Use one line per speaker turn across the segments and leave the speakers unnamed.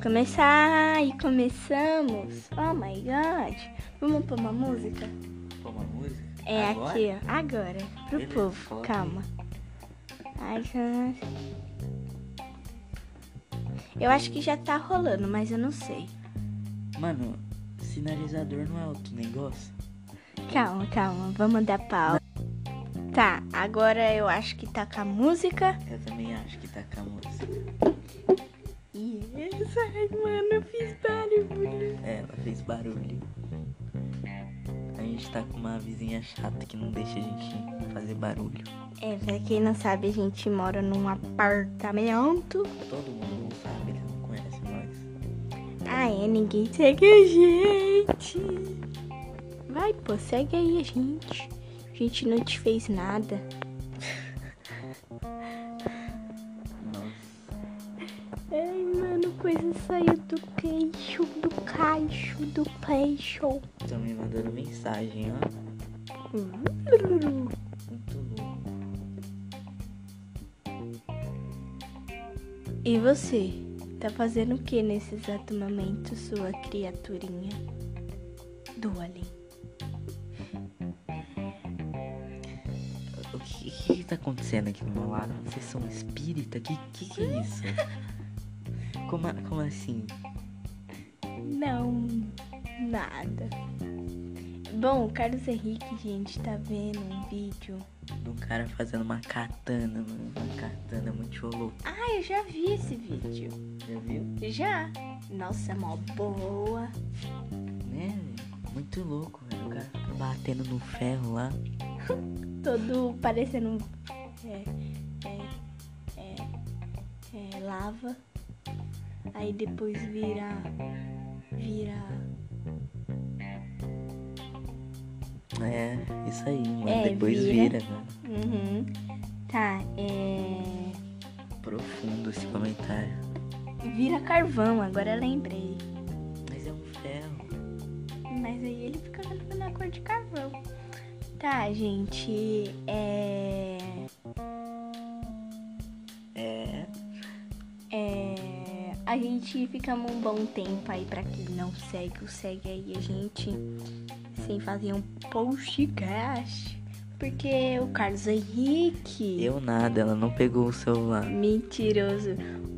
começar e começamos. Oh my god. Vamos pôr uma música?
Pôr uma música?
É
Agora?
aqui, ó. Agora. Pro
Beleza,
povo.
coloca aí.
Calma. Ai, cara. Eu acho que já tá rolando, mas eu não sei.
Mano, sinalizador não é outro negócio?
Calma, calma. Vamos dar pau. Tá, agora eu acho que tá com a música.
Eu também acho que tá com a música.
Yes. Ai, mano, eu fiz barulho.
É, ela fez barulho. A gente tá com uma vizinha chata que não deixa a gente fazer barulho.
É, pra quem não sabe, a gente mora num apartamento.
Todo mundo não sabe, eles não conhecem nós.
Ah, é, ninguém segue a gente. Vai, pô, segue aí a gente. A gente não te fez nada.
Nossa,
Ai, mano, coisa saiu do queixo, do caixo, do peixo.
estão me mandando mensagem, ó. Muito louco.
E você? Tá fazendo o que nesse exato momento, sua criaturinha do além?
O que, que que tá acontecendo aqui do meu lado? Vocês são espírita? Que que, que é isso? Como, a- como assim?
Não, nada. Bom, o Carlos Henrique, gente, tá vendo um vídeo
De um cara fazendo uma katana, mano. Uma katana muito louco.
Ah, eu já vi esse vídeo.
Já viu?
Já. Nossa, é mó boa.
Né? Muito louco, velho. O cara fica batendo no ferro lá.
Todo parecendo um- é, é, é, é, lava. Aí depois vira. Vira.
É, isso aí, mano.
É,
Depois
vira.
vira, mano.
Uhum. Tá, é.
Profundo esse comentário.
Vira carvão, agora eu lembrei.
Mas é um ferro.
Mas aí ele fica na cor de carvão. Tá, gente. É.
É.
É, a gente fica um bom tempo aí pra quem não segue, o segue aí a gente sem fazer um podcast. Porque o Carlos Henrique,
Eu nada, ela não pegou o celular.
mentiroso,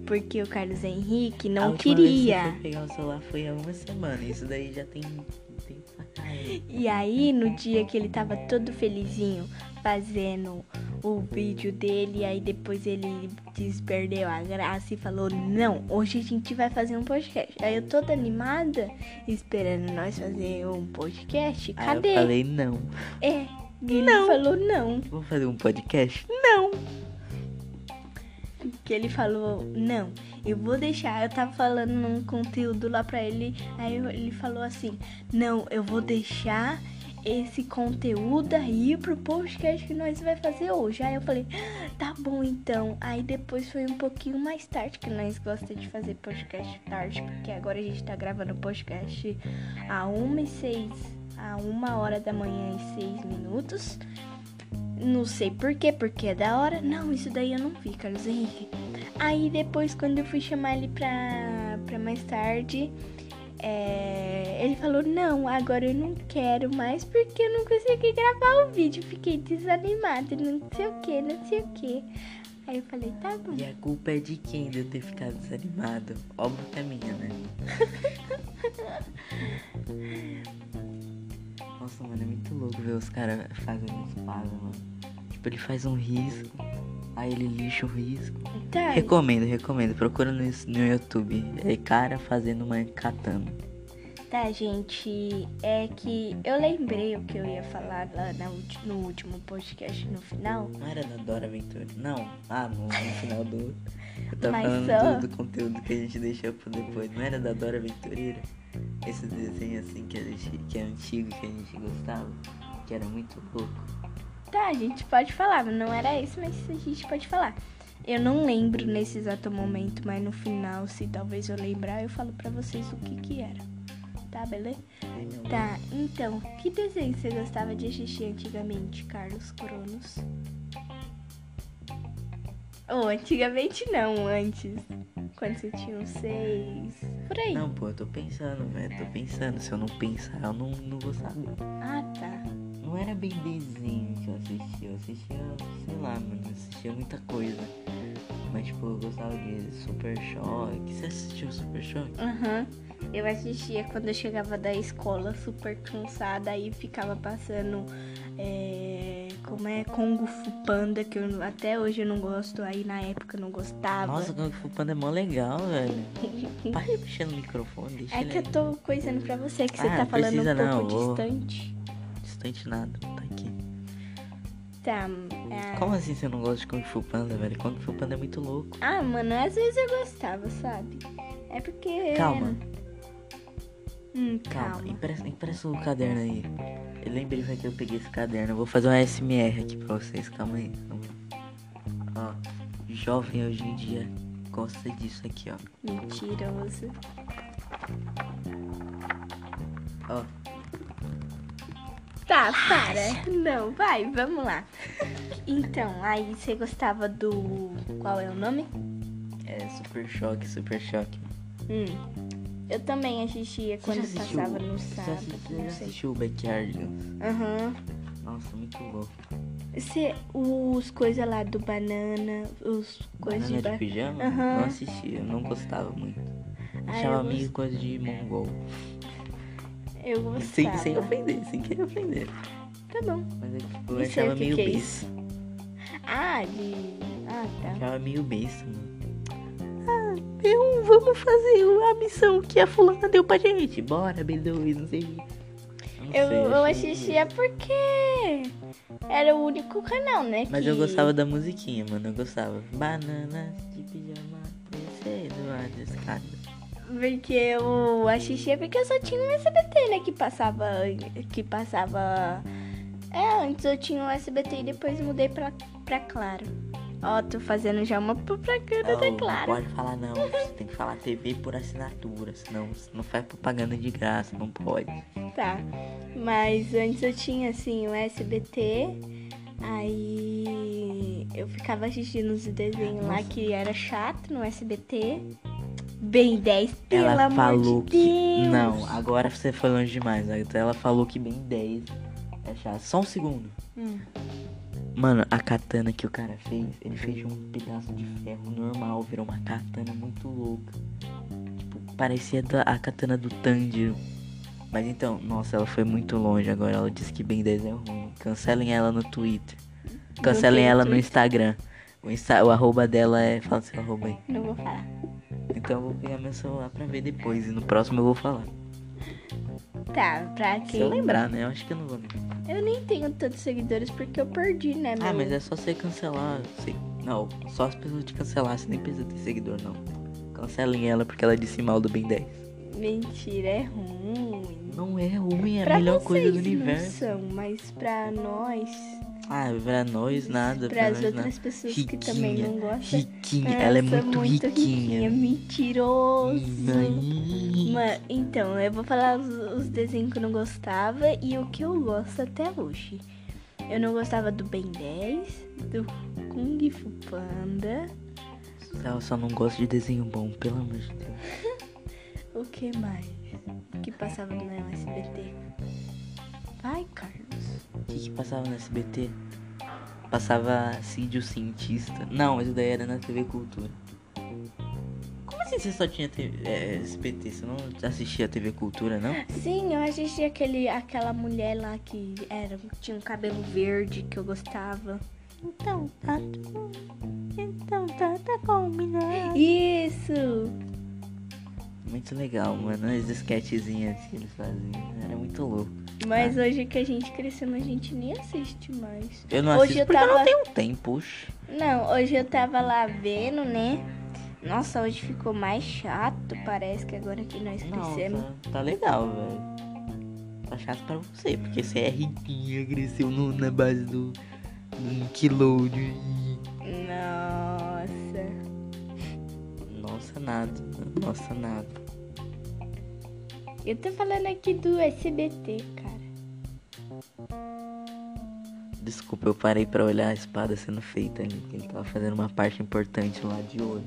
porque o Carlos Henrique
A
não
última vez que
queria.
você foi pegar o celular foi há uma semana. Isso daí já tem. tem sacanagem.
E aí, no dia que ele tava todo felizinho fazendo o vídeo dele, aí depois ele desperdeu a graça e falou: Não, hoje a gente vai fazer um podcast. Aí eu toda animada, esperando nós fazer um podcast.
Aí
Cadê?
eu falei, não.
É, e ele falou: Não,
Vamos fazer um podcast?
não. Que ele falou: Não, eu vou deixar. Eu tava falando um conteúdo lá pra ele, aí eu- ele falou assim: Não, eu vou deixar esse conteúdo aí pro podcast que nós vai fazer hoje. Aí eu falei: "Ah, Tá bom então. Aí depois foi um pouquinho mais tarde que nós gostamos de fazer podcast tarde, porque agora a gente tá gravando podcast a 1 e 6, a 1 hora da manhã e 6 minutos. Não sei por quê, porque é da hora. Não, isso daí eu não vi, Carlos Henrique. Aí depois, quando eu fui chamar ele pra, pra mais tarde, é, ele falou: Não, agora eu não quero mais porque eu não consegui gravar o vídeo. Fiquei desanimada, não sei o que, não sei o que. Aí eu falei: Tá bom.
E a culpa é de quem de eu ter ficado desanimado? Óbvio que é minha, né? Nossa, mano, é muito louco ver os caras fazendo espada, mano. Tipo, ele faz um risco, aí ele lixa o risco.
Tá,
Recomendo, recomendo. Procura no, no YouTube. É cara fazendo uma katana.
tá, gente. É que eu lembrei o que eu ia falar lá na ulti- no último podcast no final.
Não era da Dora Ventura? Não. Ah, no, no final do. Eu tava
Mas
falando
só-
do, do conteúdo que a gente deixou pro depois. Não era da Dora Aventureira? Esse desenho assim que, a gente, que é antigo, que a gente gostava. Que era muito louco.
Tá, a gente pode falar, mas não era isso, mas a gente pode falar. Eu não lembro nesse exato momento, mas no final, se talvez eu lembrar, eu falo pra vocês o que que era. Tá, beleza?
Ai, meu
Tá, então, que desenho você gostava de assistir antigamente, Carlos Cronos? Ou antigamente não, antes. quando você tinha uns seis. Por aí.
Não, pô, eu tô pensando, velho. Tô pensando. Se eu não pensar, eu não, não vou saber.
Ah, tá.
Não era bem desenho que eu assistia. Eu assistia, sei lá, mano. Eu assistia muita coisa. Mas, tipo, eu gostava de Super Choque. Você assistiu Super Choque?
Aham. Uhum. Eu assistia quando eu chegava da escola super cansada aí ficava passando. é, como é? Kung Fu Panda, que eu, até hoje eu não gosto. Aí na época eu não gostava.
Nossa, o Kung Fu Panda é mó legal, velho. Para de mexer no microfone, deixa
É
ele
que eu
aí.
tô coisando pra você, que você
Ah,
tá falando um
precisa
pouco
não, vou-
distante.
Distante nada, tá aqui.
Tá. é.
Como assim você não gosta de Kung Fu Panda, velho? Kung Fu Panda é muito louco.
Ah, mano, às vezes eu gostava, sabe? É porque.
Calma,
Hum,
calma.
calma.
Empresta, empresta o caderno aí. Eu lembrei pra que eu peguei esse caderno. Eu vou fazer uma SMR aqui pra vocês. Calma aí. calma aí. Ó, jovem hoje em dia gosta disso aqui, ó.
Mentiroso.
Ó,
Tá, para. Não, vai, vamos lá. Então, aí você gostava do. Qual é o nome?
é super choque, super choque.
Hum. Eu também assistia
Você
quando
já assistiu?
passava no
você já
sábado,
assistiu,
não
já
sei.
assistiu o Backyard? Girls?
Aham.
Nossa, muito bom.
Você- Os coisas lá do banana, os coisas de.
Banana de
ba-
pijama?
Aham.
Não assistia, não gostava muito.
Ah,
Achava
eu
meio coisa de mongol.
Eu
Sem,
gostava.
é sem ofender, sem querer ofender.
Tá bom.
Mas eu, tipo,
E
eu achava
surf,
meio
que é
besta.
Ah, de. Ah, tá.
Achava meio besta, mano.
Então vamos fazer a missão que a fulana deu pra gente.
Gente, bora, B2, não sei o que.
Eu,
Não sei,
eu
achei meio
assistia porque era o único canal, né?
besta. Mas
que-
eu gostava da musiquinha, mano. Eu gostava. Bananas de pijama descendo a escada.
Porque eu assistia porque eu só tinha um SBT, né? Que passava. Que passava. É, antes eu tinha um SBT e depois mudei pra, pra Claro. Ó, tô fazendo já uma propaganda da
Não,
Claro.
Não pode falar, não. Você tem que falar TV por assinatura. Senão você não faz propaganda de graça. Não pode.
Tá. Mas antes eu tinha assim o SBT, aí eu ficava assistindo os desenhos lá
Nossa.
que era chato no SBT. Bem 10, pelo
Ela
amor
falou
de
que.
Deus.
Não, agora você foi longe demais. Ela falou que bem 10 é chato. Só um segundo.
Hum.
Mano, a katana que o cara fez, ele fez de um pedaço de ferro normal, virou uma katana muito louca. Tipo, parecia da- a katana do Tanjiro. Mas então, nossa, ela foi muito longe agora. Ela disse que Ben 10 é ruim. Cancelem ela no Twitter. Cancelem
tem
ela no
Twitter.
Instagram. O, insta o arroba dela é. Fala seu arroba aí.
Não vou falar.
Então eu vou pegar meu celular pra ver depois. E no próximo eu vou falar.
Tá, pra quem.
Se eu lembrar, né? Eu acho que eu não vou lembrar.
Eu nem tenho tantos seguidores porque eu perdi, né, meu?
Ah, mas é só você cancelar. Você... Não, só as pessoas te cancelar. Você nem precisa ter seguidor, não. Cancelem ela porque ela disse mal do Ben 10.
Mentira, é ruim.
Não é ruim, é a
pra
melhor
vocês
coisa do
não
universo.
São, mas pra nós,
Ah, pra nós nada.
pra
Pra
as
nós nada.
outras pessoas que também não gostam.
Riquinha, ela é
Nossa,
muito, riquinha.
Mentiroso.
Hum,
Ma- então, eu vou falar os, os desenhos que eu não gostava e o que eu gosto até hoje. Eu não gostava do Ben 10, do Kung Fu Panda.
Eu só não gosto de desenho bom, pelo amor de Deus.
O que mais? O que passava no SBT? Vai, Carlos.
O que, que passava no SBT? Passava Cid o Cientista. Não, mas daí era na TV Cultura. Como assim você só tinha TV, é, SBT? Você não assistia a TV Cultura, não?
Sim, eu assisti aquele, aquela mulher lá que era, tinha um cabelo verde que eu gostava.
Então tá. Então tá, tá combinado.
Isso!
Muito legal, mano. As sketchzinhas que eles faziam. Era muito louco.
Mas
Né?
hoje que a gente crescendo, a gente nem assiste mais.
Eu não
Hoje
assisto
eu
porque eu não
tava-
tenho tempo. oxe.
Não, hoje eu tava lá vendo, né? Nossa, hoje ficou mais chato, parece que agora que nós
Não,
crescemos.
tá, tá legal, velho. Tá chato pra você, porque você é riquinha, cresceu no- na base do, do Nickelodeon.
Nossa.
Nossa, nada. Nossa, nada.
Eu tô falando aqui do SBT, cara.
Desculpa, eu parei pra olhar a espada sendo feita. Ele ele tava fazendo uma parte importante lá de ouro.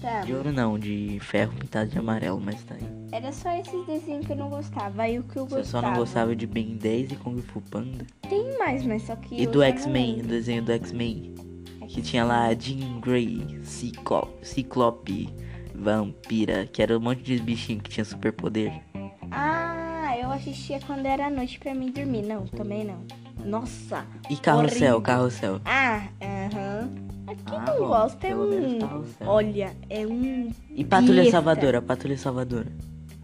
Tá.
De ouro não, de ferro pintado de amarelo, mas tá aí.
Era só esses desenhos que eu não gostava. Aí o que eu
Você
gostava.
só não gostava de Ben 10 e Kung Fu Panda?
Tem mais, mas só que.
E
eu
do
já não
X-Men, o
lembro.
desenho do X-Men. Que tinha lá Jean Grey, Ciclo- Ciclope, Vampira, que era um monte de bichinho que tinha superpoder. né?
Ah, eu assistia quando era noite pra mim dormir. Não, também não. Nossa.
E Carrossel,
Horrível.
Carrossel.
Ah, aham. Ah, Quem
Ah,
não
bom,
gosta é
pelo menos tá
um.
o céu.
Olha, é um.
E Patrulha
besta.
Salvadora, Patrulha Salvadora.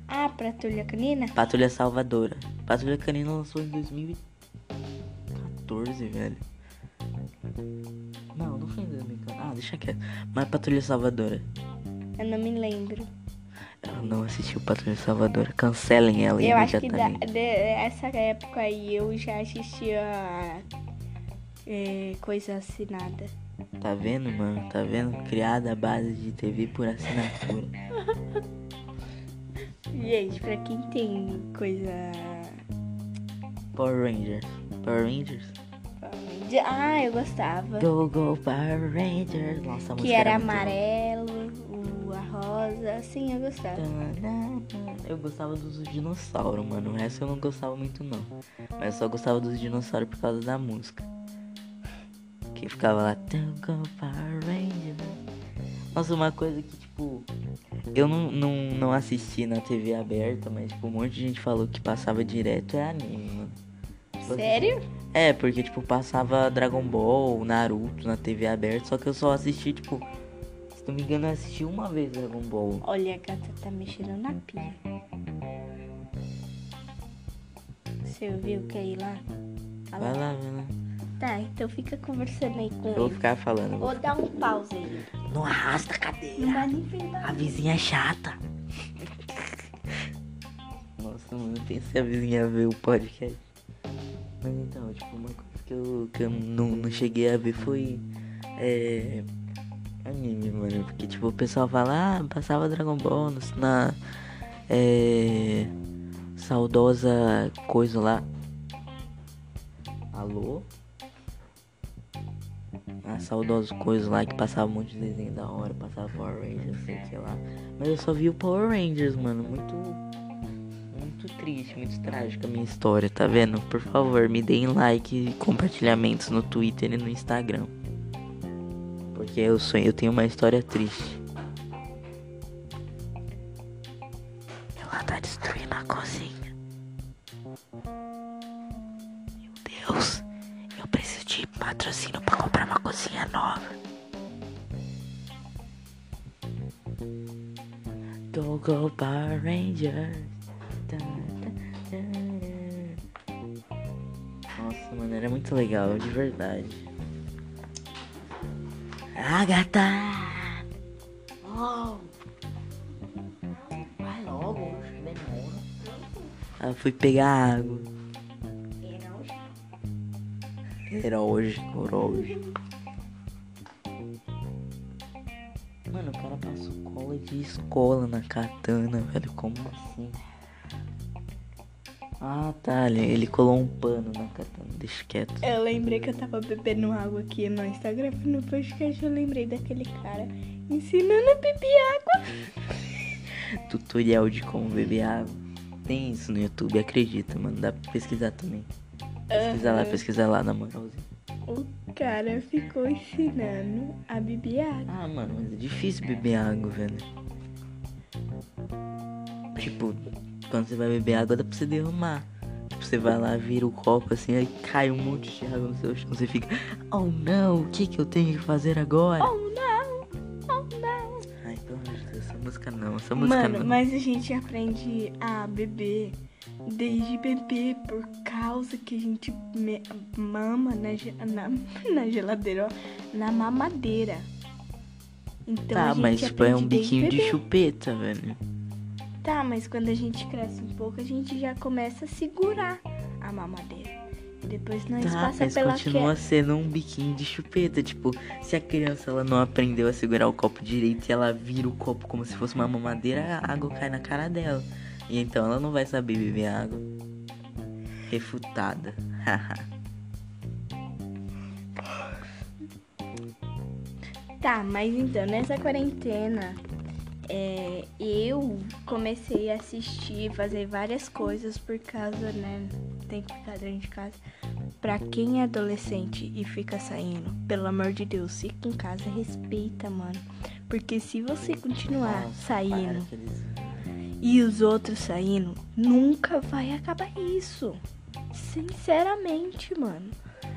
Ah, Patrulha Canina?
Patrulha Salvadora. Patrulha Canina lançou em 2014, velho. Não, não foi em 2014. Ah, deixa quieto. Mas Patrulha Salvadora.
Eu não me lembro.
Ela não assistiu Patrulha Salvadora. Cancelem ela
eu acho que da,
imediatamente.
de- essa época aí eu já assistia é, coisa assinada.
Tá vendo, mano? Tá vendo? Criada a base de TV por assinatura.
Gente, pra quem tem coisa.
Power Rangers. Power Rangers?
Ah, eu gostava.
Go, go, Power Rangers. Nossa, a
Que
música
era
muito boa.
amarelo, o- a rosa, assim eu gostava.
Eu gostava dos dinossauros, mano. O resto eu não gostava muito, não. Mas eu só gostava dos dinossauros por causa da música. Que ficava lá. "Don't go Power Rangers". Nossa, uma coisa que, tipo. Eu não, não, não assisti na TV aberta, mas, tipo, um monte de gente falou que passava direto é anime, mano. Tipo,
Sério?
é, porque, tipo, passava Dragon Ball, Naruto na TV aberta, só que eu só assisti, tipo. Se não me engano, eu assisti uma vez Dragon Ball.
Olha, a gata tá mexendo na pia. Você ouviu que aí lá? Olha
Vai
lá.
lá, vai lá.
Tá, então fica conversando aí com
Eu vou
ele.
ficar falando. eu vou
Ou dá um pause aí.
ficar- Não arrasta a
Não
cadeira.
vai nem pegar.
A vizinha é chata. Nossa, mano, tem se a vizinha ver o podcast. Mas então, tipo, uma coisa que eu, que eu não, não cheguei a ver foi. É. Anime, mano. Porque, tipo, o pessoal fala, ah, passava Dragon Ball no- na. É. Saudosa coisa lá. Alô? a saudosa coisa lá que passava um monte de desenho da hora, passava Power Rangers, sei que lá. Mas eu só vi o Power Rangers, mano. Muito. Muito triste, muito trágica a minha história, tá vendo? Por favor, me deem like e compartilhamentos no Twitter e no Instagram. Porque eu sonho, eu tenho uma história triste. Ela tá destruindo a cozinha. Meu Deus. Eu preciso de patrocínio pra comprar uma cozinha nova. Go Go Power Rangers. Tá, tá, tá. Nossa, mano, era muito legal, de verdade. Agatha! Oh. Vai logo, demora. Ah, fui pegar água. Era hoje, era hoje. Mano, o cara passou cola de escola na katana, velho. Como assim? Ah, tá. Ele, ele colou um pano na katana. Deixa quieto.
Eu lembrei que eu tava bebendo água aqui no Instagram, no podcast eu lembrei daquele cara ensinando a beber água.
Tutorial de como beber água. Tem isso no YouTube, acredita, mano. Dá pra pesquisar também. Pesquisa lá, pesquisa lá, na moralzinha.
O cara ficou ensinando a beber água.
Ah, mano, mas é difícil beber água, velho. Tipo, quando você vai beber água, dá pra você derramar. Tipo, você vai lá, vira o copo assim, aí cai um monte de água no seu chão. Você fica, oh não, o que que eu tenho que fazer agora?
Oh não, oh não.
Ai, pelo amor de Deus, essa música não, essa música
Mano,
não.
mas a gente aprende a beber desde bebê por causa que a gente me- mama na, ge- na, na geladeira, ó, na mamadeira. Então a
tá,
gente
mas tipo, é um
aprende desde
biquinho de
bebê.
chupeta, velho.
Tá, mas quando a gente cresce um pouco, a gente já começa a segurar a mamadeira. E depois nós
Tá,
passa
mas
pela
continua
que...
sendo um biquinho de chupeta. Tipo, se a criança ela não aprendeu a segurar o copo direito e ela vira o copo como se fosse uma mamadeira, a água cai na cara dela. E então ela não vai saber beber água. Refutada.
Tá, mas então, nessa quarentena, é, eu comecei a assistir, fazer várias coisas por causa, né? Tem que ficar dentro de casa. Pra quem é adolescente e fica saindo, pelo amor de Deus, fica em casa, respeita, mano. Porque se você continuar
Nossa, para
saindo
que eles-
e os outros saindo, nunca vai acabar isso. Sinceramente, mano.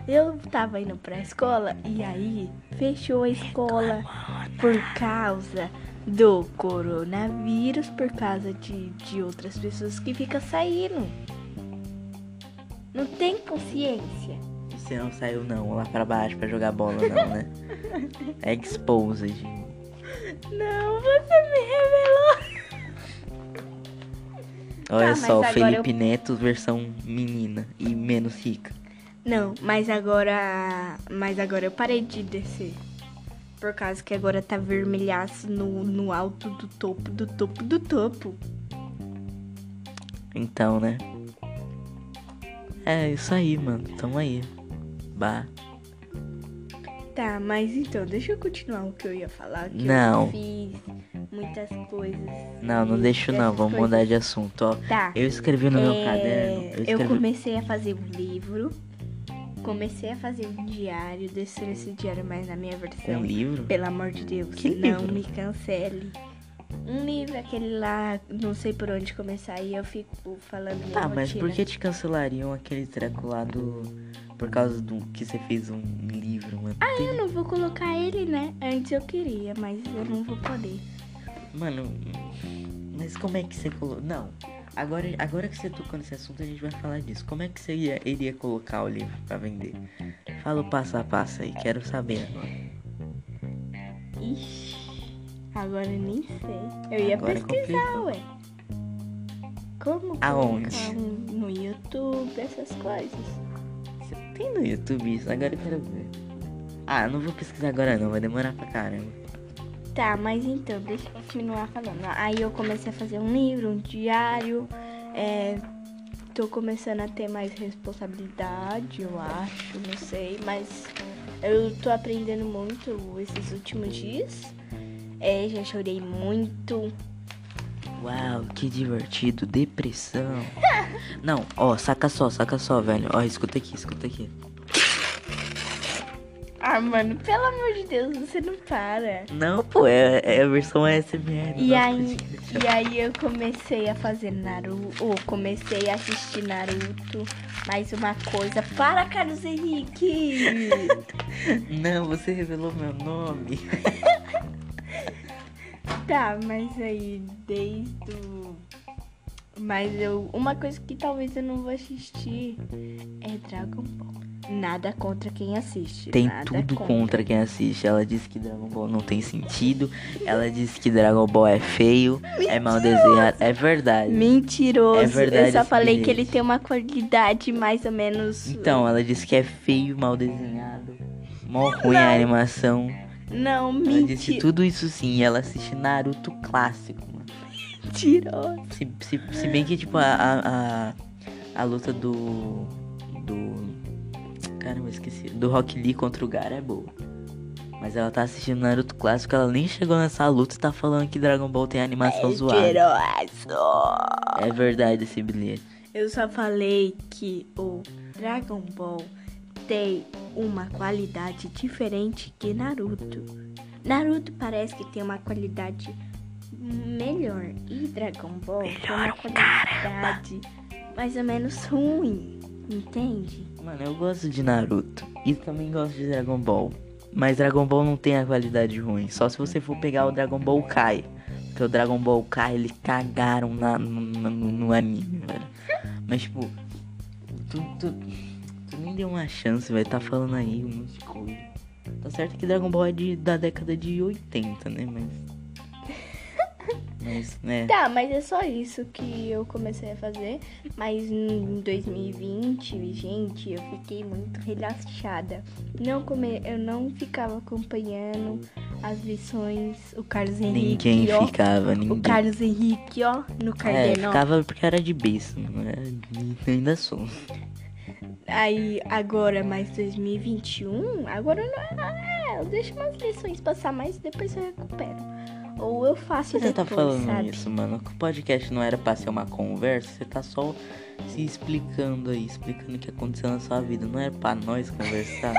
Eu tava indo pra escola e aí fechou a escola por causa do coronavírus, por causa de, de outras pessoas que ficam saindo. Não tem consciência.
Você não saiu não lá pra baixo pra jogar bola não, né? É exposed.
Não, você me revelou.
Olha
Tá, mas
só,
agora
Felipe Neto versão menina e menos rica.
Não, mas agora. Mas agora eu parei de descer. Por causa que agora tá vermelhaço no, no alto do topo, do topo, do topo.
Então, né? É isso aí, mano. Tamo aí. Bah.
Tá, mas então, deixa eu continuar o que eu ia falar. Que
Não.
Eu fiz muitas coisas.
Não, não
e
deixo não.
dessas
Vamos
coisas.
mudar de assunto, ó.
Tá.
Eu escrevi no meu
É,
caderno. Eu
eu
escrevi.
comecei a fazer um livro. Comecei a fazer um diário, descer esse diário mais na minha versão.
Um livro?
Pelo amor de Deus,
Que
não
livro?
me cancele. Um livro, aquele lá, não sei por onde começar e eu fico falando minha
Tá, mas
rotina.
por que te cancelariam aquele treco lá do. Por causa do que você fez um livro, mano?
Ah, Eu não vou colocar ele, né? Antes eu queria, mas eu não vou poder.
Mano, mas como é que você colocou. Não, agora, agora que você tocou nesse assunto, a gente vai falar disso. Como é que você ia- iria colocar o livro pra vender? Fala o passo a passo aí, quero saber agora.
Ixi, agora eu nem sei. Eu ia
Agora é
pesquisar,
complicou.
ué. Como
Aonde?
colocar um- no YouTube, essas coisas.
Você tem no YouTube isso? Agora eu quero ver. Ah, não vou pesquisar agora não, vai demorar pra caramba.
Tá, mas então, deixa eu continuar falando. Aí eu comecei a fazer um livro, um diário. É, tô começando a ter mais responsabilidade, eu acho, não sei. Mas eu tô aprendendo muito esses últimos dias. É, já chorei muito.
Uau, que divertido, depressão. Não, ó, saca só, saca só, velho. Ó, escuta aqui, escuta aqui.
Ah, mano, pelo amor de Deus, você não para.
Não, pô, é, é a versão ASMR. do
E
nosso
aí,
podcast.
e aí eu comecei a fazer Naruto, ou comecei a assistir Naruto, mais uma coisa. Para, Carlos Henrique!
Não, você revelou meu nome.
Tá, mas aí, desde o... Mas eu... Uma coisa que talvez eu não vou assistir é Dragon Ball. Nada contra quem assiste.
Tem
nada
tudo contra quem assiste. Ela disse que Dragon Ball não tem sentido. Ela disse que Dragon Ball é feio, é mal desenhado. É verdade.
Mentiroso.
É verdade,
eu só falei
gente.
que ele tem uma qualidade mais ou menos...
Então, ela disse que é feio, mal desenhado, mó ruim a animação.
Não,
Ela disse
menti-
tudo isso sim. E ela assiste Naruto clássico, mano.
mentiroso.
Se, se- se bem que, tipo, a, a, a, a luta do. Do. Caramba, eu esqueci. Do Rock Lee contra o Gara é boa. Mas ela tá assistindo Naruto clássico, ela nem chegou nessa luta e tá falando que Dragon Ball tem animação
É,
zoada.
Mentiroso.
É verdade esse bilhete.
Eu só falei que o Dragon Ball tem uma qualidade diferente que Naruto. Naruto parece que tem uma qualidade melhor e Dragon Ball tem uma qualidade mais ou menos ruim, entende?
Mano, eu gosto de Naruto. E também gosto de Dragon Ball. Mas Dragon Ball não tem a qualidade ruim. Só se você for pegar o Dragon Ball Kai. Porque o Dragon Ball Kai, eles cagaram na, no, no- no anime, velho. Mas, tipo, tu, tu, tu nem deu uma chance, velho. Tá falando aí um monte de coisa. Tá certo que Dragon Ball é de, da década de 80, né? Mas. Mas, né?
Tá, mas é só isso que eu comecei a fazer. Mas em 2020, gente, eu fiquei muito relaxada. Não come... Eu não ficava acompanhando as lições. O Carlos Henrique,
Ninguém
ó.
ficava, ninguém.
O Carlos Henrique, ó, no
É,
Cardenal.
né, ficava porque era de besta, mano. Era- Ainda sou.
Aí, agora, mais 2021, agora não é, é, deixa umas lições passar mais e depois eu recupero. Ou eu faço
Você
depois,
tá falando
sabe?
isso, mano? Que o podcast não era pra ser uma conversa, você tá só se explicando aí, explicando o que aconteceu na sua vida. Não era pra nós conversar.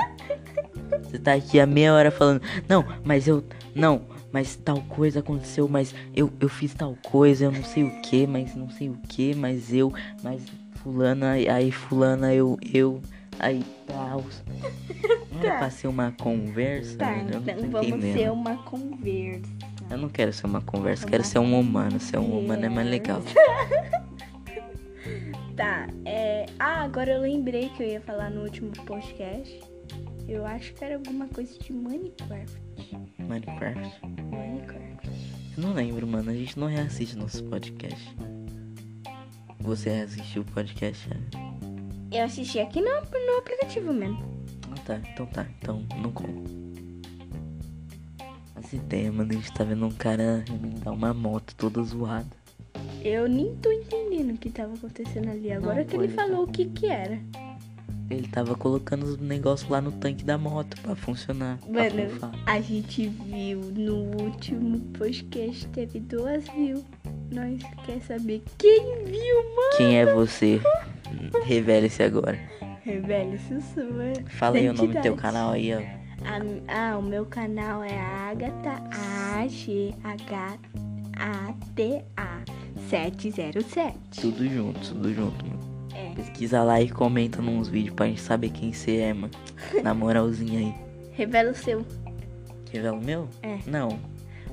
você tá aqui a meia hora falando, não, mas eu. Não, mas tal coisa aconteceu, mas eu, eu fiz tal coisa, eu não sei o que, mas não sei o que, mas eu, mas fulana, aí- aí fulana, eu, eu, aí tal. Não era
Tá.
pra ser uma conversa,
Tá,
mano? né? Eu não tô
então vamos
entendendo.
ser uma conversa.
Eu não quero ser uma conversa,
Uma
quero ser um humano. Ser um humano é mais legal.
Tá, é... Ah, agora eu lembrei que eu ia falar no último podcast. Eu acho que era alguma coisa de Minecraft.
Minecraft.
Minecraft.
Eu não lembro, mano. A gente não reassiste nosso podcast. Você reassistiu o podcast? né?
Eu assisti aqui no, no aplicativo mesmo.
Ah, tá. Então tá. Então não conta. As ideias, mano. A gente tá vendo um cara remendar uma moto toda zoada.
Eu nem tô entendendo o que tava acontecendo ali. Agora que ele
coisa.
falou o que que era.
Ele tava colocando os negócios lá no tanque da moto pra funcionar. Pra
Mano,
funfar.
a gente viu no último podcast, teve duas views. Nós quer saber quem viu, mano?
Quem é você? Revele-se agora.
Velho, sussurra.
Fala aí o nome do teu
Identidade.
canal aí, ó.
A- ah, o meu canal é Agatha A-G-H-A-T-A 707.
Tudo junto, tudo junto, mano.
É.
Pesquisa lá e comenta nos vídeos pra gente saber quem você é, mano. Na moralzinha aí.
Revela o seu.
Quer ver o meu?
É.
Não.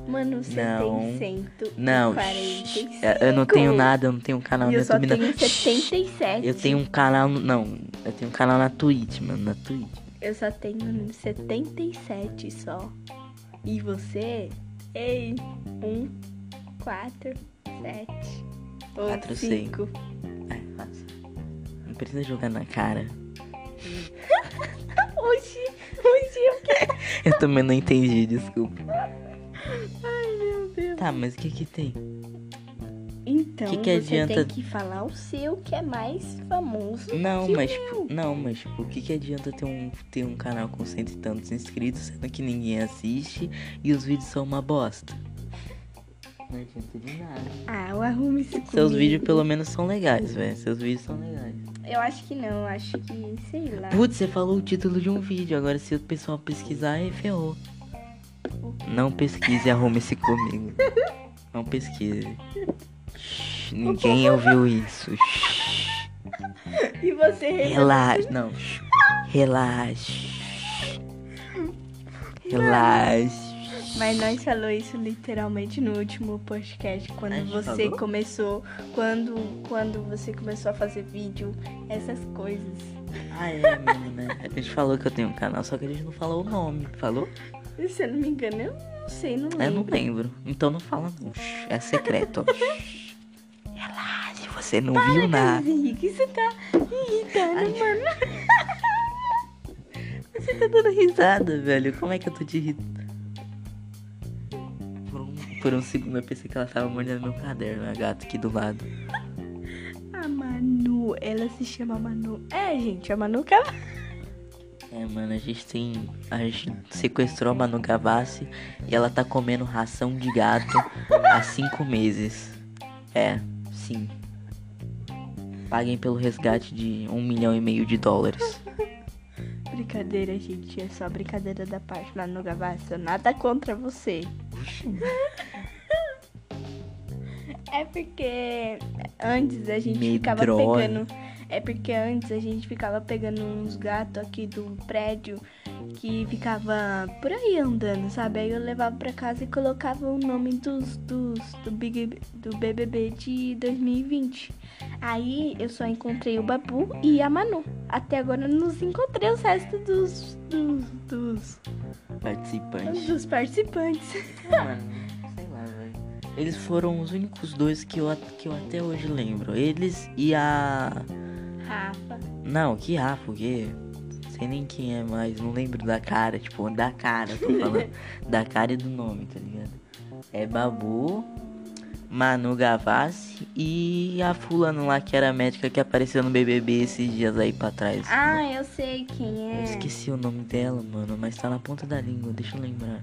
Mano, você
Não.
tem
Não.
145.
É, Eu- Eu não tenho nada, eu não tenho um canal
E
no
eu só
YouTube, não.
tenho 77.
Eu tenho um canal. no- Não, eu tenho um canal na Twitch, mano. Na Twitch.
Eu só tenho um 77 só. E você? Ei, 1, 4, 7,
Quatro,
8,
sei.
5.
É, fácil. Não precisa jogar na cara.
Hoje, hoje eu quero.
Eu também não entendi, desculpa.
Ai, meu Deus.
Tá, mas o que que tem?
Então,
Que que
você
adianta-
tem que falar o seu que é mais famoso.
Não,
que
mas
o meu.
tipo, não, mas tipo, o que, que adianta ter um, ter um canal com cento e tantos inscritos, sendo que ninguém assiste e os vídeos são uma bosta? Não adianta de nada.
Ah, eu arrumo isso comigo.
Seus vídeos pelo menos são legais, velho. Seus vídeos são legais.
Eu acho que não, eu acho que, sei lá.
Putz, você falou o título de um vídeo, agora se o pessoal pesquisar, aí ferrou. Não pesquise, arrume-se comigo. Não pesquise. Shhh, Ninguém ouviu isso. Shhh.
E você
Relaxa, não. Relaxa. Relaxa.
Mas nós falou isso literalmente no último podcast,
A
quando
gente
você
falou?
começou, quando quando você começou a fazer vídeo, essas coisas.
Ah, é, menina. A gente falou que eu tenho um canal, só que a gente não falou o nome. Falou?
E se eu não me engano, eu não sei, não
Eu não
lembro.
lembro. Então não fala não. Shh, É secreto. ó. Shh. Relaxa, você não viu nada.
Henrique, você tá irritando, mano.
Você tá dando risada, velho. Como é que eu tô te irritando? Por um, por um segundo eu pensei que ela tava mordendo meu caderno, a gata aqui do lado.
A Manu, ela se chama Manu. É, gente, a Manu que ela-
É, mano, a gente tem. A gente sequestrou a Manu Gavassi e ela tá comendo ração de gato há cinco meses. É, sim. Paguem pelo resgate de um milhão e meio de dólares.
Brincadeira, gente, é só brincadeira da parte. Manu Gavassi, eu nada contra você. É porque antes a gente ficava
Medrosa.
pegando. É porque antes a gente ficava pegando uns gatos aqui do prédio que ficava por aí andando, sabe? Aí eu levava pra casa e colocava o nome dos, dos do, Big, do BBB de 2020. Aí eu só encontrei o Babu e a Manu. Até agora eu não encontrei os restos dos, dos, dos,
Participantes. É,
dos participantes.
Mano, sei lá, velho. Eles foram os únicos dois que eu, at- que eu até hoje lembro. Eles e a.
Rafa.
Não, que Rafa, o quê? Sei nem quem é mais, não lembro da cara, tipo, da cara, tô falando. da cara e do nome, tá ligado? É Babu, Manu Gavassi e a fulano lá que era médica que apareceu no BBB esses dias aí pra trás.
Ah, eu sei quem
Eu
é.
esqueci o nome dela, mano, mas tá na ponta da língua, deixa eu lembrar.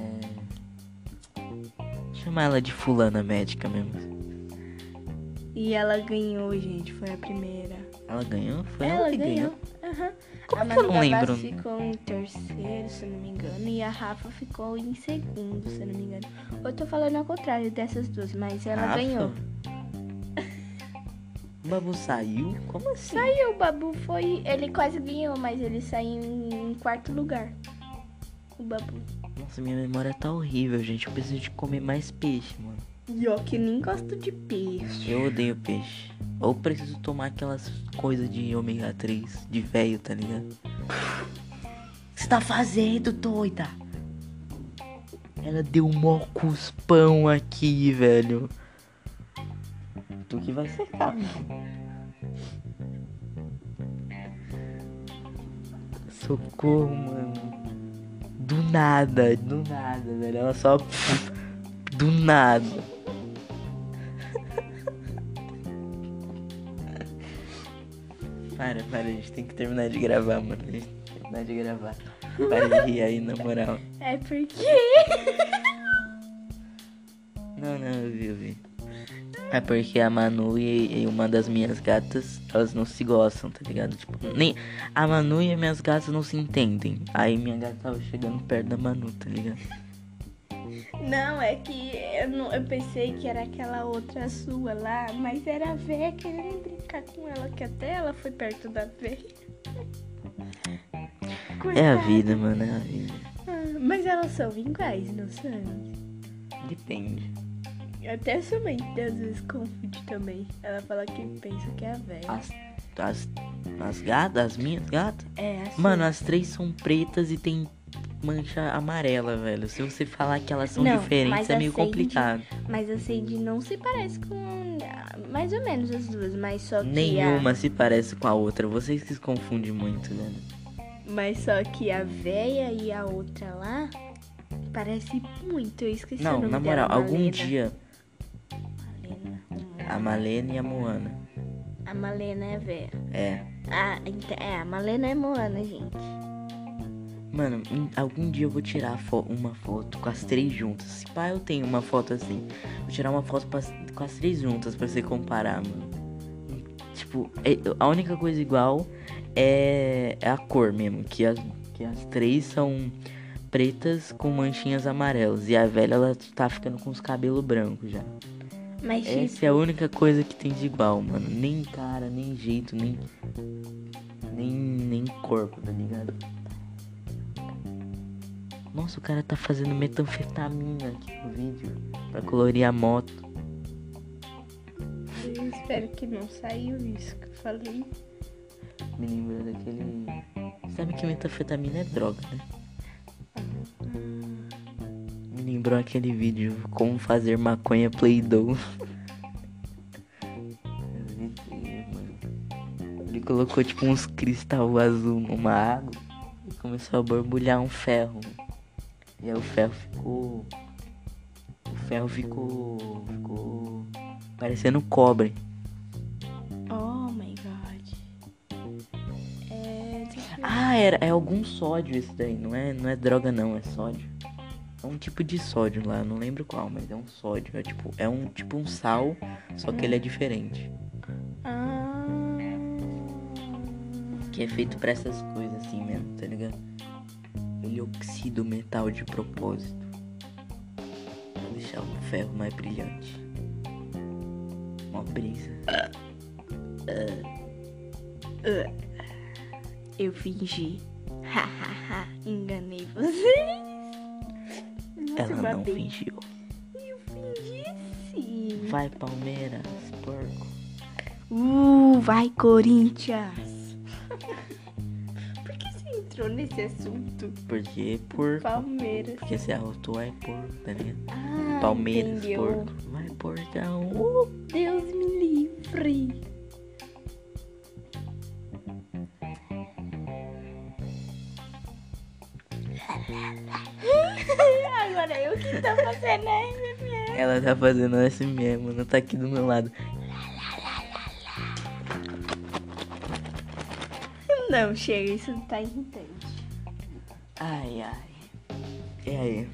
é... Chama ela de fulana médica mesmo.
E ela ganhou, gente. Foi a primeira.
Ela ganhou? Foi ela, que ganhou.
Aham.
Como
a
é que eu
Manu
não lembro?
Gavassi ficou em terceiro, se eu não me engano, e a Rafa ficou em segundo, se eu não me engano. Eu tô falando ao contrário dessas duas, mas ela
Rafa?
ganhou.
O Babu saiu? Como assim?
Saiu, o Babu foi. Ele quase ganhou, mas ele saiu em quarto lugar. O Babu.
Nossa, minha memória tá horrível, gente. Eu preciso de comer mais peixe, mano.
E ó, que nem gosto de peixe.
Eu odeio peixe. Ou preciso tomar aquelas coisas de ômega 3, de velho, tá ligado? O que você tá fazendo, doida? Ela deu um mó cuspão aqui, velho. Tu que vai secar. Socorro, mano. Do nada, do nada, velho. Ela só. Do nada. Para, para, a gente tem que terminar de gravar, mano. A gente tem que terminar de gravar. Para de rir aí, na moral.
É porque.
Não, não, eu vi, eu vi. É porque a Manu e, e uma das minhas gatas, elas não se gostam, tá ligado? Tipo, nem. A Manu e as minhas gatas não se entendem. Aí minha gata tava chegando perto da Manu, tá ligado?
Não, é que eu, não- eu pensei que era aquela outra sua lá, mas era a Vé querendo brincar com ela, que até ela foi perto da Vé.
É a vida, mano, é a vida.
Ah, Mas elas são iguais, não são?
Depende.
Até sua mãe às vezes confunde também. Ela fala que pensa que é a Vé.
As. As. As gatas, as minhas gatas.
É, assim.
Mano, as três são pretas e tem mancha amarela, velho. Se você falar que elas são
Não,
diferentes,
mas
é meio
acende.
complicado.
Mas a Sandy não se parece com ah, mais ou menos as duas, mas só que
Nenhuma se parece com a outra. Vocês que se confundem muito, né? velho.
a mas só que a véia e a outra lá parece muito. Eu esqueci o
Não,
nome
na
dela,
moral, algum
Malena.
dia
Malena.
a Malene e a Moana.
A Malena é véia.
É.
Ah, então, é, a Malena é Moana, gente.
Mano, em- algum dia eu vou tirar fo- uma foto com as três juntas. Se pá, eu tenho uma foto assim. Vou tirar uma foto pra- com as três juntas pra você comparar, mano. Tipo, é- a única coisa igual é, é a cor mesmo. Que as, que as três são pretas com manchinhas amarelas. E a velha, ela tá ficando com os cabelos brancos já.
Mas tipo,
Essa é a única coisa que tem de igual, mano. Nem cara, nem jeito, nem. Nem, nem corpo, tá ligado? Nossa, o cara tá fazendo metanfetamina aqui no vídeo pra colorir a moto.
eu espero que não saiu isso que eu falei.
Me lembrou daquele. Sabe que metanfetamina é droga, né? Me lembrou aquele vídeo Como fazer maconha Play-Doh. Eu vi que, mano, Ele colocou tipo uns cristal azul numa água e começou a borbulhar um ferro. E aí o ferro ficou. O ferro ficou. ficou. parecendo cobre.
Oh my god. É. deixa eu-
Ah, era, é algum sódio esse daí, não é, não é droga não, é sódio. É um tipo de sódio lá, eu não lembro qual, mas é um sódio, é tipo, é um tipo um sal, só que ele é diferente.
Ah.
Que é feito pra essas coisas assim mesmo, tá ligado? Ele oxida o metal de propósito. Pra deixar o ferro mais brilhante. Uma brisa.
Eu fingi. Hahaha, enganei vocês. Nossa,
Ela não
babei.
fingiu.
Eu fingi sim.
Vai, Palmeiras, porco.
Uh, vai, Corinthians. Por que você entrou nesse assunto?
Porque porco.
Palmeiras.
Porque se arrotou é porco, tá ligado?
Ah,
Palmeiras,
entendeu.
porco. Vai, porcão.
Oh, Deus me livre. Agora eu que tô fazendo a RMR.
Ela tá fazendo assim mesmo, não tá aqui do meu lado.
Não, chega, isso tá irritante.
Ai, ai. E aí?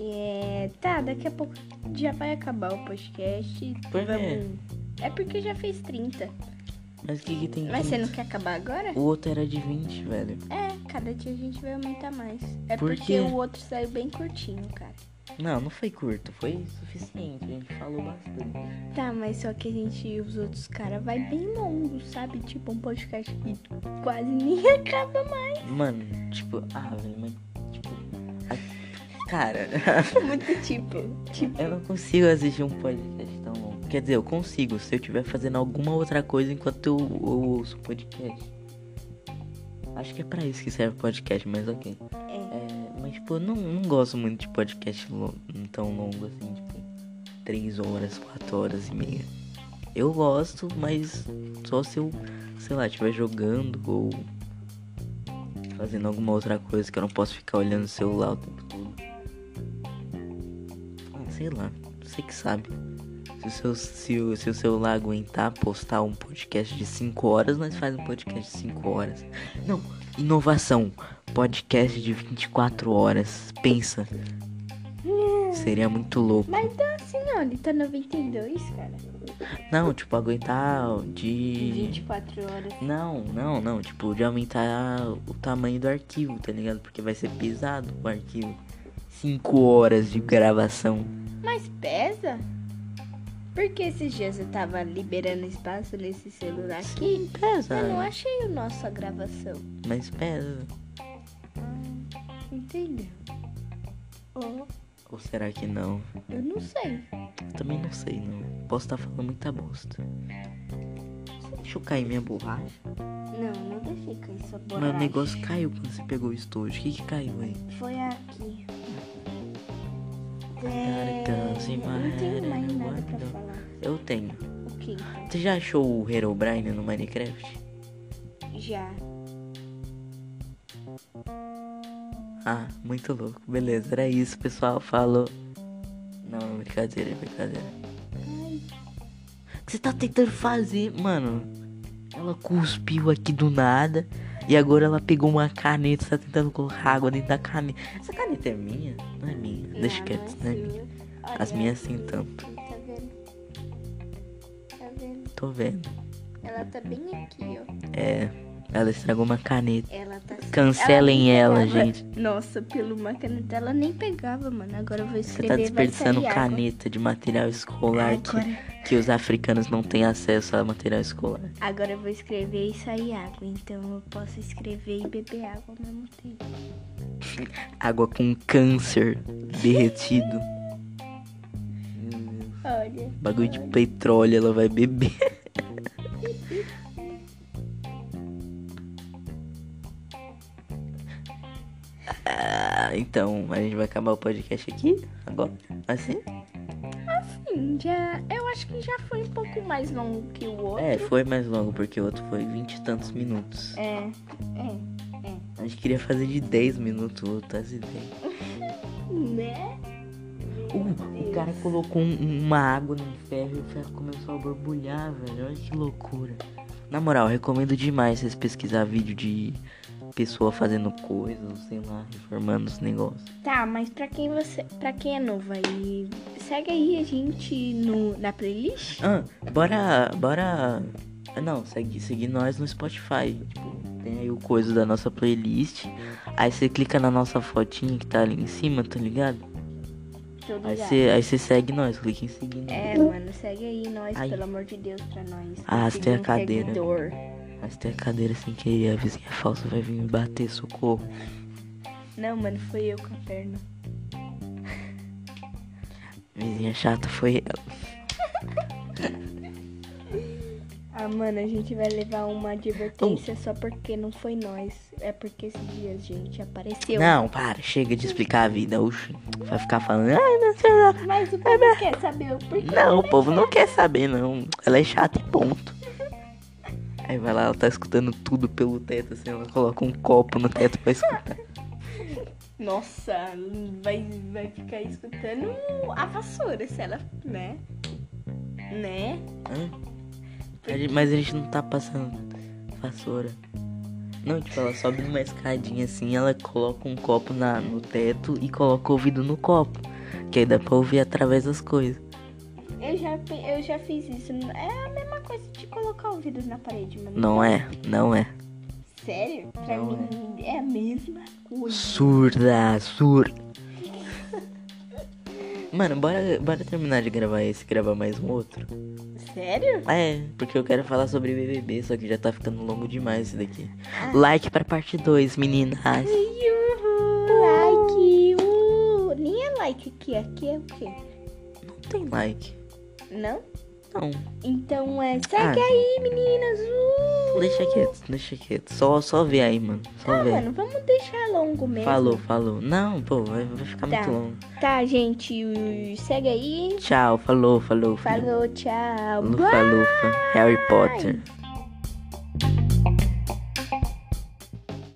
É, tá, daqui a pouco já vai acabar o podcast. então
Por quê?
Vamos- É porque já fez 30.
Mas o que que tem
Mas você não
30?
quer acabar agora?
O outro era de 20, velho.
É, cada dia a gente vai aumentar mais. É
Por
porque
quê?
o outro saiu bem curtinho, cara.
Não, não foi curto, foi suficiente. A gente falou bastante.
Tá, mas só que a gente e os outros caras vai bem longo, sabe? Tipo um podcast que quase nem acaba mais.
Mano, tipo, ah, velho, mas. Tipo. a- Cara,
Muito tipo, tipo.
eu não consigo assistir um podcast tão longo. Quer dizer, eu consigo se eu estiver fazendo alguma outra coisa enquanto eu, eu ouço podcast. Acho que é pra isso que serve podcast, mas ok.
É.
É, mas, tipo, eu não, não gosto muito de podcast lo- tão longo assim, tipo, 3 horas, 4 horas e meia. Eu gosto, mas só se eu, sei lá, estiver jogando ou fazendo alguma outra coisa que eu não posso ficar olhando o celular o tempo todo. Ah, Sei lá, você que sabe. Se o, seu, se, o, se o celular aguentar postar um podcast de 5 horas, nós faz um podcast de 5 horas. Não, inovação. Podcast de 24 horas. Pensa. Seria muito louco.
Mas então assim não, ele tá 92, cara.
Não, tipo, aguentar de.
24 horas.
Não, não, não. Tipo, de aumentar o tamanho do arquivo, tá ligado? Porque vai ser pesado o arquivo. 5 horas de gravação.
Mas pesa? Porque esses dias eu tava liberando espaço nesse celular aqui.
Pesa.
Eu não achei o nosso a gravação.
Mas pesa.
Entendeu? Ó,
Ou será que não?
eu não sei.
Também não sei, não. Posso estar falando muita bosta. Deixa eu cair minha borracha.
Não, não deixei cair sua borracha.
Meu negócio caiu quando você pegou o estojo. O que que caiu aí?
Foi aqui.
É,
não tenho mais nada pra
guarda.
falar.
Eu tenho.
O que? então?
Você já achou o Herobrine no Minecraft?
Já.
Ah, muito louco. Beleza, era isso, pessoal. Falou. Não, brincadeira, brincadeira.
Ai,
O que você tá tentando fazer, mano? Ela cuspiu aqui do nada. E agora ela pegou uma caneta, tá tentando colocar água dentro da caneta. Essa caneta é minha? Não é minha. Deixa
não,
quieto,
não
não
é
é minha.
sua. Olha
As minhas sim,
aqui,
tanto.
Tá vendo? Tá vendo?
Tô vendo.
Ela tá bem aqui, ó.
É, ela estragou uma caneta.
Ela tá.
Cancelem ela,
nem pegava-
gente.
Nossa, pelo uma caneta ela nem pegava, mano. Agora eu vou
Você
escrever.
tá
vai
desperdiçando
sair água. É,
caneta de material escolar que,
Agora,
que os africanos não têm acesso a material escolar.
agora eu vou escrever e sair água. Então eu posso escrever e beber água ao mesmo tempo.
Água com câncer derretido.
Olha.
Bagulho de petróleo ela vai beber. Ah, então, a gente vai acabar o podcast aqui? Agora? Assim?
Hum, já, eu acho que já foi um pouco mais longo que o outro.
É, foi mais longo, porque o outro foi vinte e tantos minutos.
É,
A gente queria fazer de 10 minutos o outro, as ideias.
Né?
Uh, o cara colocou um- uma água num ferro e o ferro começou a borbulhar, velho. Olha que loucura. Na moral, recomendo demais vocês pesquisar vídeo de pessoa fazendo coisas, sei lá, reformando os negócios.
Tá, mas pra quem você. para quem é novo aí, segue aí a gente no, na playlist.
Ah, bora. Bora. ah, Não, segue, segue nós no Spotify. Tipo, tem aí o coisa da nossa playlist. Aí você clica na nossa fotinha que tá ali em cima, tá ligado?
Tô
Aí
ligado.
você aí você segue nós, clica em seguir. nós.
É, mano, segue aí nós,
Ai. Ah,
pelo amor de Deus, pra nós.
Arrastei
conseguir
a
um
cadeira.
seguidor.
Mas tem a cadeira sem querer, a vizinha falsa vai vir me bater, socorro.
Não, mano, foi eu com a perna.
Vizinha chata foi ela.
Ah, mano, a gente vai levar uma advertência só porque não foi nós. É porque esses dias, gente, apareceu.
Não, para, chega de explicar a vida. Oxi, vai ficar falando, ai meu Deus.
Mas o povo quer saber o porquê.
Não, o povo não quer saber, não. Ela é chata e ponto. Aí vai lá, ela tá escutando tudo pelo teto, assim, ela coloca um copo no teto pra escutar.
Nossa, vai, vai ficar escutando a vassoura se ela. né? Né?
Hã? A gente- Mas a gente não tá passando vassoura. Não, tipo, ela sobe numa escadinha assim, ela coloca um copo na, no teto e coloca o ouvido no copo. Que aí dá pra ouvir através das coisas.
Eu já, pe- eu já fiz isso. É a mesma coisa de colocar o vidro na parede, mano.
Não é, não é.
Sério? Pra
Não
mim é. a mesma coisa.
Surda, surda. Mano, bora, bora terminar de gravar esse e gravar mais um outro.
Sério?
É, porque eu quero falar sobre BBB, só que já tá ficando longo demais isso daqui. Like pra parte Ah, 2, meninas.
Like, uh, nem é like aqui, aqui é o quê?
Não tem like.
Não?
Não.
Então é, segue
Ah.
aí, meninas, uh.
Deixa quieto, deixa quieto. Só, só vê aí, mano. Só
Ah,
vê.
mano, vamos deixar longo mesmo.
falou, falou. Não, pô, vai, vai ficar
Tá.
muito longo.
Tá, gente, uh, segue aí.
Tchau, falou, falou. filho.
Falou, tchau.
Lufa, lufa. Harry Potter.